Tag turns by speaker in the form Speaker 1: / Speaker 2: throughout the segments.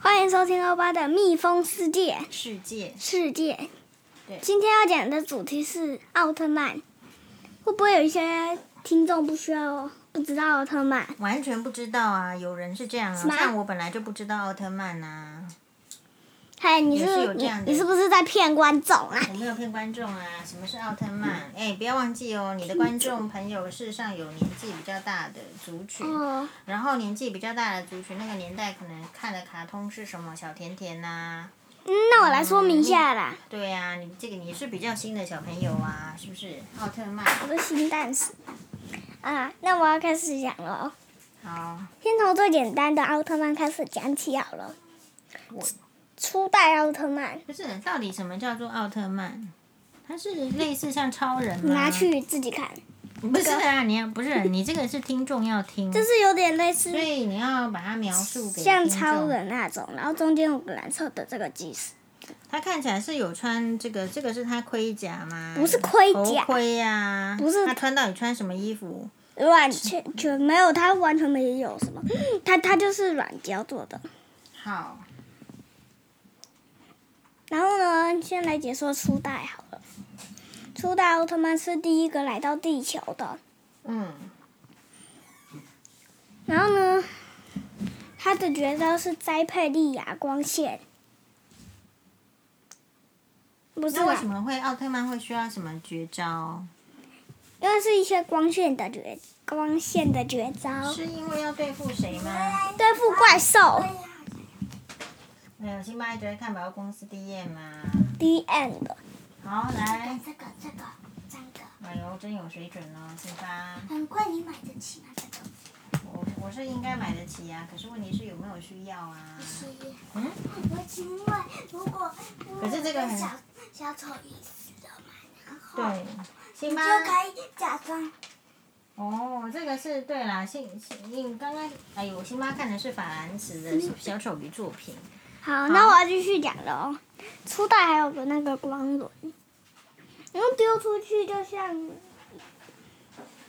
Speaker 1: 欢迎收听欧巴的《蜜蜂世界》
Speaker 2: 世界，
Speaker 1: 世界
Speaker 2: 对。
Speaker 1: 今天要讲的主题是奥特曼，会不会有一些听众不需要不知道奥特曼？
Speaker 2: 完全不知道啊！有人是这样啊，
Speaker 1: 是吗
Speaker 2: 像我本来就不知道奥特曼啊呐、
Speaker 1: 嗨，你
Speaker 2: 也是
Speaker 1: 是
Speaker 2: 有这
Speaker 1: 你
Speaker 2: 样的
Speaker 1: 你是不是在骗观众啊？
Speaker 2: 我没有骗观众啊。什么是奥特曼？哎，不要忘记哦，你的观众朋友事实上有年纪比较大的族群，
Speaker 1: 哦，
Speaker 2: 然后年纪比较大的族群，那个年代可能看的卡通是什么？小甜甜呐、
Speaker 1: 嗯那我来说明一下啦，
Speaker 2: 对呀、你这个你是比较新的小朋友啊，是不是？奥特曼，
Speaker 1: 我的新蛋是啊，那我要开始讲了哦。
Speaker 2: 好，
Speaker 1: 先从最简单的奥特曼开始讲起好了。
Speaker 2: 我
Speaker 1: 初代奥特曼，
Speaker 2: 不是到底什么叫做奥特曼？它是类似像超人吗？
Speaker 1: 拿去自己看，
Speaker 2: 不是啊，你要不是你这个是听众要听，啊
Speaker 1: 就是有点类似
Speaker 2: 所以你要把它描述给
Speaker 1: 像
Speaker 2: 听众
Speaker 1: 超，人那种，然后中间有个蓝色的这个基石，
Speaker 2: 他看起来是有穿这个，这个是他盔甲吗？
Speaker 1: 不是盔
Speaker 2: 头
Speaker 1: 甲
Speaker 2: 盔呀、
Speaker 1: 不是
Speaker 2: 他穿到底穿什么衣服？
Speaker 1: 软全全没有，它完全没有什么，它它就是软胶做的。
Speaker 2: 好，
Speaker 1: 然后呢，先来解说初代好了。初代奥特曼是第一个来到地球的，
Speaker 2: 嗯，
Speaker 1: 然后呢，他的绝招是栽培利亚光线，不是
Speaker 2: 那为
Speaker 1: 啦
Speaker 2: 什，么会奥特曼会需要什么绝招？
Speaker 1: 因为是一些光线的绝光线的绝招，
Speaker 2: 是哎因为要对付谁吗？
Speaker 1: 对付怪兽。
Speaker 2: 没有，辛巴一直在看百货公司的夜嘛。
Speaker 1: The end。
Speaker 2: 好，来，
Speaker 3: 这个这个三个，
Speaker 2: 哎呦，真有水准哦，辛巴。
Speaker 3: 很贵，你买得起吗？这个
Speaker 2: 我我是应该买得起呀、可是问题是有没有需要啊？
Speaker 3: 是，
Speaker 2: 嗯，
Speaker 3: 我请问，如果
Speaker 2: 可是这个很
Speaker 3: 小小丑已死了嘛，然后
Speaker 2: 对，辛
Speaker 3: 你就
Speaker 2: 巴。
Speaker 3: 可以假装
Speaker 2: 哦，这个是对啦，辛辛应刚刚哎呦，辛巴看的是法兰茨 的小丑鱼作品，
Speaker 1: 好，那我要继续讲了哦。初代还有个那个光轮，然后丢出去就像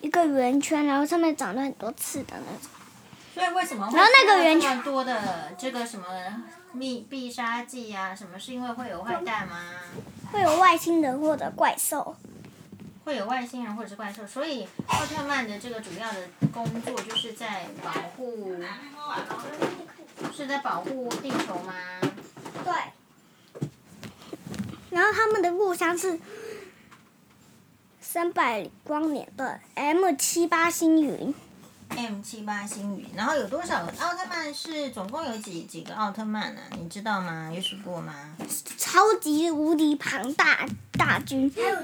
Speaker 1: 一个圆圈，然后上面长了很多刺的那种。
Speaker 2: 所以为什么会
Speaker 1: 然后那个圆
Speaker 2: 这么多的这个什么密必杀技啊，什么是因为会有坏蛋吗？
Speaker 1: 会有外星人或者怪兽，
Speaker 2: 会有外星人或者是怪兽，所以奥特曼的这个主要的工作就是在保护，是在保护地球吗？
Speaker 1: 对。然后他们的故乡是三百光年的 M 七八星云，
Speaker 2: M 七八星云，然后有多少奥特曼是总共有几几个奥特曼呢、你知道吗？有数过吗？
Speaker 1: 超级无敌庞大大军，还有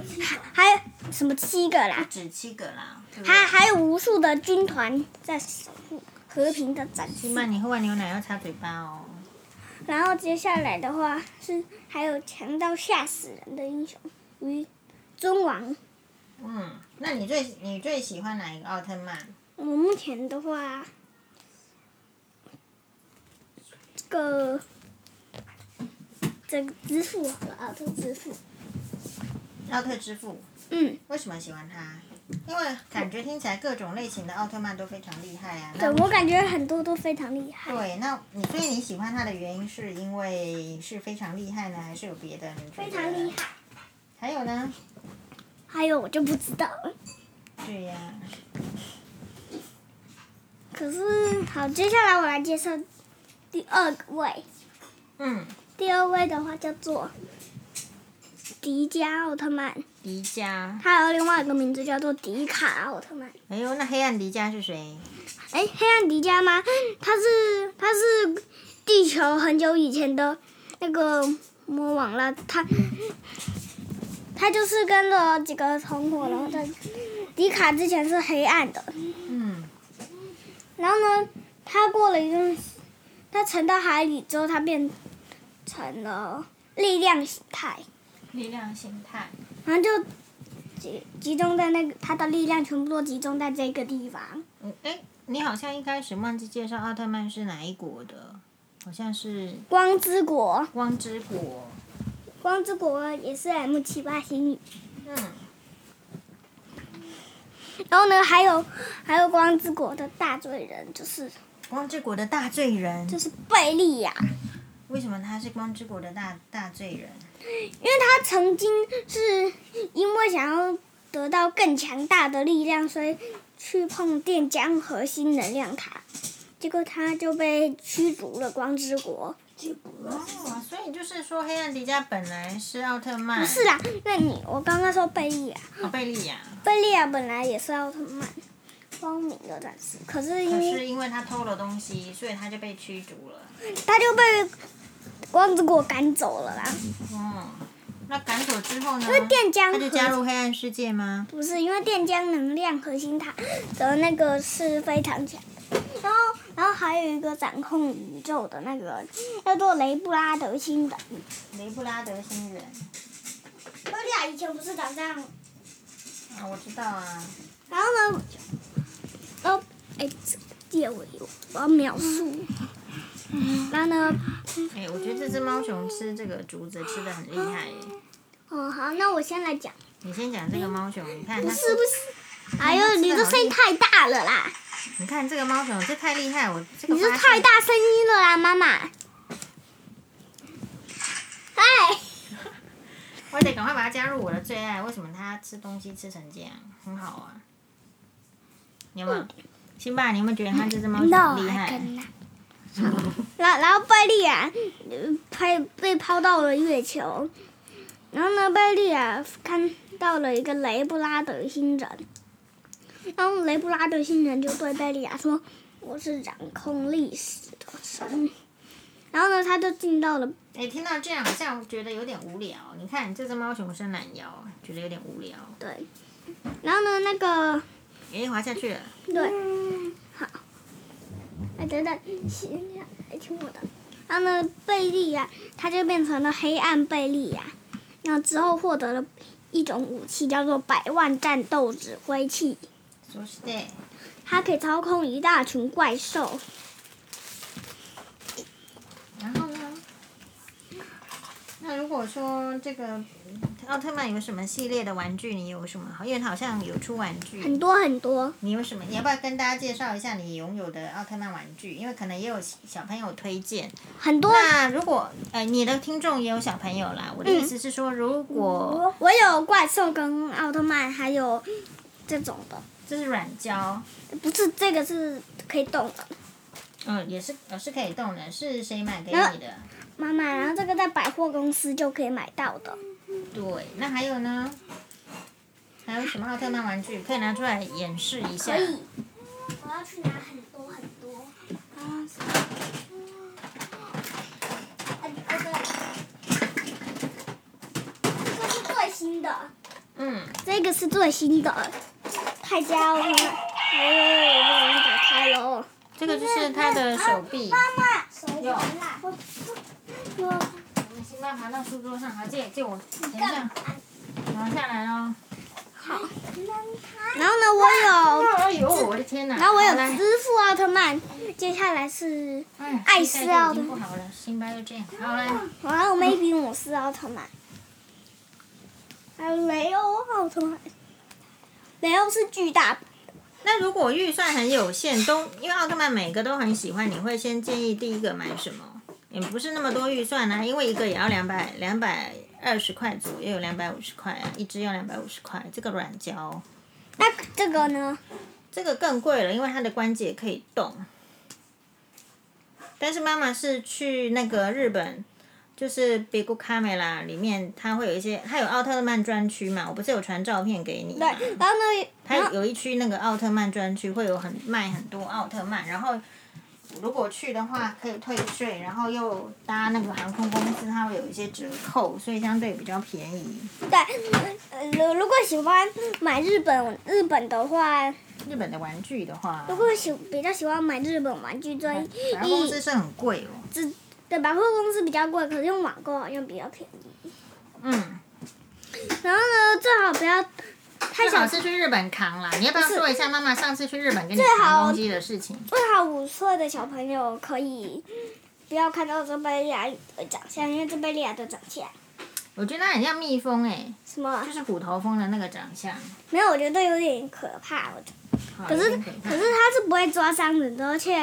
Speaker 1: 还有什么七个啦
Speaker 2: 不？止七个啦。对不对
Speaker 1: 还还有无数的军团在守护和平的展
Speaker 2: 辛
Speaker 1: 示。
Speaker 2: 巴，你喝完牛奶要擦嘴巴哦。
Speaker 1: 然后接下来的话是还有强到吓死人的英雄与尊王。
Speaker 2: 嗯，那你最你最喜欢哪一个奥特曼？
Speaker 1: 我目前的话，这个这个之父和奥特之父，
Speaker 2: 奥特之父，
Speaker 1: 嗯，
Speaker 2: 为什么喜欢他？因为感觉听起来各种类型的奥特曼都非常厉害啊。
Speaker 1: 对
Speaker 2: 那
Speaker 1: 我感觉很多都非常厉害。
Speaker 2: 对，那你所以你喜欢他的原因是因为是非常厉害呢，还是有别的？你觉得
Speaker 1: 非常厉害。
Speaker 2: 还有呢？
Speaker 1: 还有我就不知道了。
Speaker 2: 对呀、
Speaker 1: 可是好，接下来我来介绍第二位。
Speaker 2: 嗯，
Speaker 1: 第二位的话叫做迪迦奥特曼，
Speaker 2: 迪迦。
Speaker 1: 他还有另外一个名字叫做迪卡奥特曼。
Speaker 2: 哎呦，那黑暗迪迦是谁？
Speaker 1: 哎，黑暗迪迦吗？他是他是地球很久以前的那个魔王了，他他就是跟了几个同伙，然后他迪卡之前是黑暗的，
Speaker 2: 嗯，
Speaker 1: 然后呢，他过了一段，他沉到海里之后，他变成了力量形态。
Speaker 2: 力量形态。
Speaker 1: 然后就集集中在那个，他的力量全部都集中在这个地方。
Speaker 2: 嗯，哎，你好像一开始忘记介绍奥特曼是哪一国的，好像是
Speaker 1: 光之国，
Speaker 2: 光之国。
Speaker 1: 光之国也是 M 七八星宇。
Speaker 2: 嗯，
Speaker 1: 然后呢，还有还有光之国的大罪人，就是
Speaker 2: 光之国的大罪人
Speaker 1: 就是贝利亚。
Speaker 2: 为什么他是光之国的大大罪人？
Speaker 1: 因为他曾经是因为想要得到更强大的力量，所以去碰电浆核心能量卡，结果他就被驱逐了光之国。
Speaker 2: 哦，所以就是说，黑暗迪迦本来是奥特曼，
Speaker 1: 不是啦，那你我刚刚说贝利亚，
Speaker 2: 哦，贝利亚，
Speaker 1: 贝利亚本来也是奥特曼，光明的战士，可是因
Speaker 2: 可
Speaker 1: 为
Speaker 2: 是因为他偷了东西，所以他就被驱逐了。
Speaker 1: 他就被光之国赶走了啦。
Speaker 2: 哦，那赶走之后呢？
Speaker 1: 因为电浆
Speaker 2: 他就加
Speaker 1: 核
Speaker 2: 入黑暗世界吗？
Speaker 1: 不是因为电浆能量核心塔的那个是非常强的，然后然后还有一个掌控宇宙的那个叫做雷布拉德星人，
Speaker 2: 雷布拉德星人，
Speaker 1: 我俩以前不是长这样，
Speaker 2: 啊，我知道啊。
Speaker 1: 然后呢，然后哎，这借我一会儿我要秒速，然后呢，
Speaker 2: 哎，我觉得这只猫熊吃这个竹子吃的很厉害耶。
Speaker 1: 哦好，那我先来讲，
Speaker 2: 你先讲这个猫熊，你看它
Speaker 1: 是不是？哎呦，你这声音太大了啦！
Speaker 2: 你看这个猫熊，这太厉害，我这个
Speaker 1: 你是
Speaker 2: 发现
Speaker 1: 太大声音了啦，妈妈。哎嗨。
Speaker 2: 我得赶快把它加入我的最爱。为什么它吃东西吃成这样？很好啊。你有没有？辛巴，你有没有觉得它这只猫很
Speaker 1: no，
Speaker 2: 厉害？
Speaker 1: 啊跟他。然然后贝利亚呃拍被抛到了月球，然后呢，贝利亚看到了一个雷布拉德星人，然后雷布拉德星人就对贝利亚说：“我是掌控历史的神。”然后呢，他就进到了
Speaker 2: 哎，听到这样好像觉得有点无聊。你看这只猫熊伸懒腰，觉得有点无聊。
Speaker 1: 对，然后呢，那个
Speaker 2: 哎，滑下去了。
Speaker 1: 对，好，哎，等等，先来听我的。然后呢，贝利亚他就变成了黑暗贝利亚，然后之后获得了一种武器，叫做百万战斗指挥器，
Speaker 2: そして、
Speaker 1: 它可以操控一大群怪兽。
Speaker 2: 然后呢？那如果说这个嗯奥特曼有什么系列的玩具，你有什么好？因为它好像有出玩
Speaker 1: 很
Speaker 2: 具，
Speaker 1: 多很多，
Speaker 2: 你有什么？你要不要跟大家介绍一下你拥有的奥特曼玩具？因为可能也有小朋友推荐。
Speaker 1: 很多。
Speaker 2: 那如果呃你的听众也有小朋友啦，我的意思是说，如果
Speaker 1: 我有怪兽跟奥特曼，还有这种的，
Speaker 2: 这是软胶，
Speaker 1: 不是这个是可以动的。
Speaker 2: 嗯，也是呃是可以动的，是谁买给
Speaker 1: 那
Speaker 2: 你的？
Speaker 1: 妈妈，然后这个在百货公司就可以买到的。
Speaker 2: 对，那还有呢？还有什么奥特曼玩具可以拿出来演示一下？
Speaker 3: 我要去拿很多很多。啊，嗯
Speaker 1: 这是最新的。
Speaker 2: 嗯，
Speaker 1: 这个是最新的，太佳了，哦，我把它打开了哦。
Speaker 2: 这个就是他的手臂。
Speaker 3: 妈，手
Speaker 2: 有
Speaker 3: 环啦。我
Speaker 2: 我们先把它爬到书桌上，好，借借我，等一下，拿下来哦喽。
Speaker 1: 然后呢，我有，
Speaker 2: 哎呦，我的天哪！
Speaker 1: 然后我有
Speaker 2: 好来
Speaker 1: 支付奥特曼，接下来是，
Speaker 2: 哎呀
Speaker 1: 爱
Speaker 2: 膝
Speaker 1: 吃
Speaker 2: 盖
Speaker 1: 奥
Speaker 2: 就
Speaker 1: 特
Speaker 2: 已经不好了，辛巴又这样。好来，
Speaker 1: 然后梅比姆斯奥特曼，还有雷欧奥特曼。雷欧是巨大，
Speaker 2: 那如果预算很有限，都因为奥特曼每个都很喜欢，你会先建议第一个买什么？也不是那么多预算啊，因为一个也要两百两百二十块左右，两百五十块啊，一只要两百五十块，这个软胶，
Speaker 1: 那这个呢？
Speaker 2: 这个更贵了，因为它的关节可以动。但是妈妈是去那个日本，就是《Big Camera》里面，它会有一些，它有奥特曼专区嘛，我不是有传照片给你
Speaker 1: 对，
Speaker 2: 嘛？
Speaker 1: 然后呢？
Speaker 2: 它
Speaker 1: 然后
Speaker 2: 有一区那个奥特曼专区，会有很卖很多奥特曼，然后如果去的话可以退税，然后又搭那个航空公司，它会有一些折扣，所以相对比较便宜。
Speaker 1: 对，呃如如果喜欢买日本日本的话，
Speaker 2: 日本的玩具的话，
Speaker 1: 如果喜比较喜欢买日本玩具，最
Speaker 2: 百货公司是很贵哦。
Speaker 1: 这对百货公司比较贵，可是用网购好像比较便宜。
Speaker 2: 嗯，
Speaker 1: 然后呢，最好不要太
Speaker 2: 最
Speaker 1: 小
Speaker 2: 好，是去日本扛啦。你要不要
Speaker 1: 不是
Speaker 2: 说一下妈妈上次去日本跟你
Speaker 1: 最
Speaker 2: 扛
Speaker 1: 好
Speaker 2: 东西的事情？
Speaker 1: 最好五岁的小朋友可以不要看到这贝利亚的长相，因为这贝利亚的长相
Speaker 2: 我觉得它很像蜜蜂哎、
Speaker 1: 什么
Speaker 2: 就是虎头蜂的那个长相。
Speaker 1: 没有，我觉得有点可怕。我觉得
Speaker 2: 好
Speaker 1: 可
Speaker 2: 有
Speaker 1: 是
Speaker 2: 点怕
Speaker 1: 可是它是不会抓伤人的，而且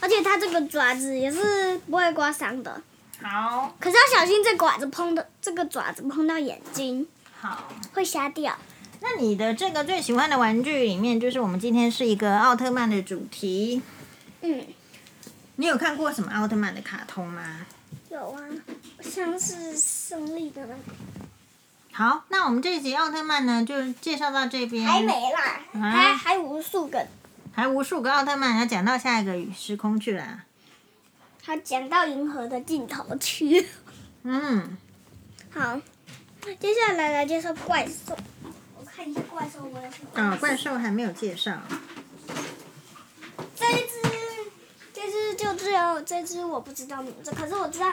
Speaker 1: 而且它这个爪子也是不会刮伤的。
Speaker 2: 好，
Speaker 1: 可是要小心这爪子碰到这个爪子碰到眼睛
Speaker 2: 好。
Speaker 1: 会瞎掉。
Speaker 2: 那你的这个最喜欢的玩具里面，就是我们今天是一个奥特曼的主题。
Speaker 1: 嗯，
Speaker 2: 你有看过什么奥特曼的卡通吗？
Speaker 1: 有啊，像是胜利的那个
Speaker 2: 好，那我们这一集奥特曼呢，就介绍到这边。
Speaker 1: 还没啦，
Speaker 2: 啊
Speaker 1: 还还无数个。
Speaker 2: 还无数个奥特曼，要讲到下一个时空去了。
Speaker 1: 好，讲到银河的尽头去。
Speaker 2: 嗯，
Speaker 1: 好，接下来来介绍怪兽。
Speaker 3: 我看一下怪兽，我也是。
Speaker 2: 哦，怪兽还没有介绍。
Speaker 1: 这一只，这只就只有这只我不知道名字，可是我知道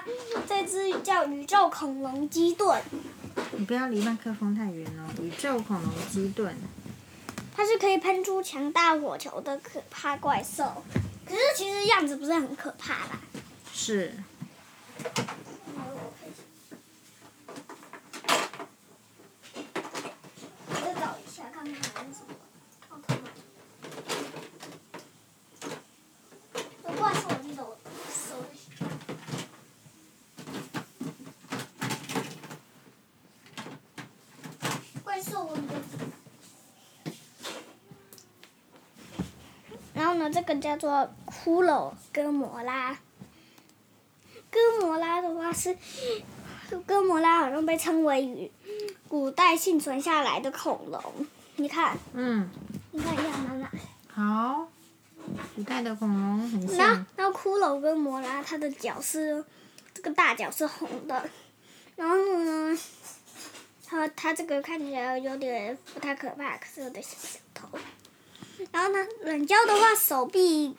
Speaker 1: 这只叫宇宙恐龙基顿，
Speaker 2: 你不要离麦克风太远哦。宇宙恐龙基顿，
Speaker 1: 它是可以喷出强大火球的可怕怪兽。可是其实样子不是很可怕啦。
Speaker 2: 是
Speaker 3: 我再找一下，看看还有什么奥特曼。有怪兽，我记得我搜了一下。怪兽，我没有
Speaker 1: 然后呢，这个叫做骷髅哥摩拉。哥摩拉的话是，哥摩拉好像被称为与古代幸存下来的恐龙。你看，
Speaker 2: 嗯，
Speaker 1: 你看一下妈妈。
Speaker 2: 好。古代的恐龙很
Speaker 1: 然后
Speaker 2: 像，
Speaker 1: 然后骷髅跟摩拉，它的脚是这个大脚是红的，然后呢，它它这个看起来有点不太可怕，可是有点小小头。然后呢，软胶的话手臂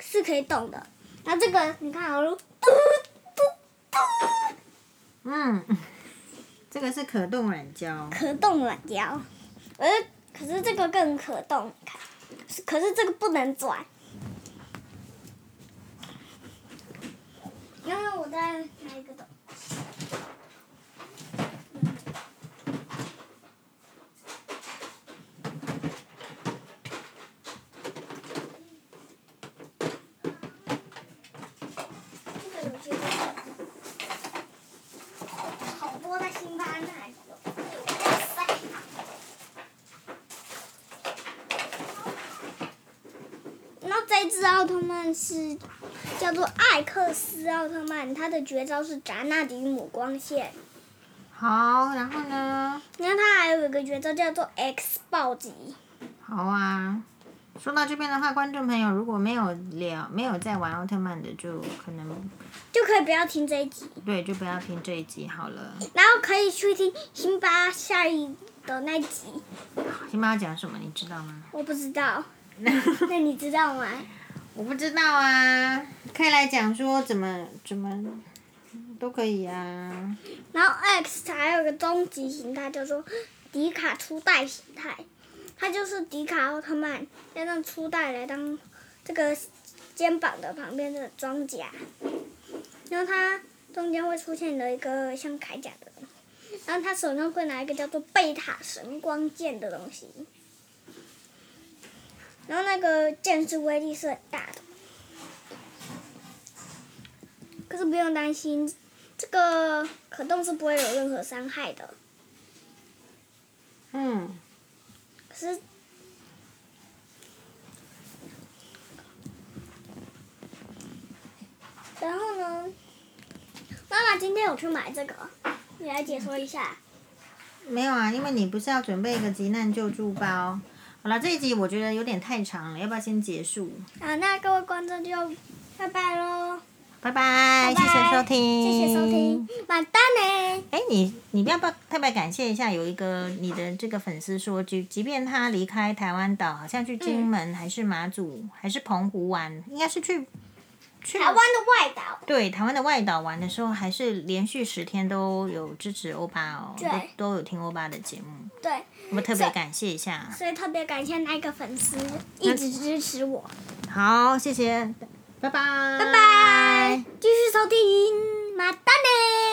Speaker 1: 是可以动的，然后这个你看啊，如嘟嘟嘟，
Speaker 2: 嗯，这个是可动软
Speaker 3: 哦
Speaker 2: 胶，
Speaker 1: 可动软胶，而可是这个更可动，你看，是可是这个不能转。
Speaker 3: 然后我再拿一个的。
Speaker 1: 嗯
Speaker 3: 这个有些好多在辛巴那里有。哇塞！
Speaker 1: 然后这只奥特曼是叫做艾克斯奥特曼，他的绝招是扎纳迪姆光线。
Speaker 2: 好，然后呢？
Speaker 1: 然后他还有一个绝招叫做 X 暴击。
Speaker 2: 好啊，说到这边的话，观众朋友如果没有了没有在玩奥特曼的，就可能
Speaker 1: 就可以不要听这一集，
Speaker 2: 对就不要听这一集好了。
Speaker 1: 然后可以去听辛巴下一的那集，
Speaker 2: 辛巴要讲什么，你知道 吗？
Speaker 1: 我不知道，那你知道吗？
Speaker 2: 我不知道啊，可以来讲说怎么怎么都可以啊。
Speaker 1: 然后 X 还有一个终极形态叫做迪卡初代形态，它就是迪卡奥特曼加上初代来当这个肩膀的旁边的装甲，然后它中间会出现了一个像铠甲的东西，然后他手上会拿一个叫做贝塔神光剑的东西，然后那个剑是威力是很大的，可是不用担心，这个可动是不会有任何伤害的。
Speaker 2: 嗯，
Speaker 1: 可是，然后呢？妈妈今天有去买这个，你来解说一下。
Speaker 2: 没有啊，因为你不是要准备一个急难救助包。好了，这一集我觉得有点太长了，要不要先结束？
Speaker 1: 啊，那各位观众就拜拜喽，
Speaker 2: 拜拜，
Speaker 1: 拜拜
Speaker 2: 谢谢收听，
Speaker 1: 谢谢收听。，马丹呢？
Speaker 2: 哎，你你要不要特别感谢一下？有一个你的这个粉丝说，即即便他离开台湾岛，好像去
Speaker 1: 嗯
Speaker 2: 金门、还是马祖还是澎湖玩，应该是去去
Speaker 1: 台湾的外岛，
Speaker 2: 对台湾的外岛玩的时候，还是连续十天都有支持欧巴哦，
Speaker 1: 对
Speaker 2: 都都有听欧巴的节目，
Speaker 1: 对，
Speaker 2: 我们特别感谢一下。
Speaker 1: 所以特别感谢那个粉丝一直支持我，
Speaker 2: 好，谢谢，拜拜，
Speaker 1: 拜拜，继续收听，马丹呢？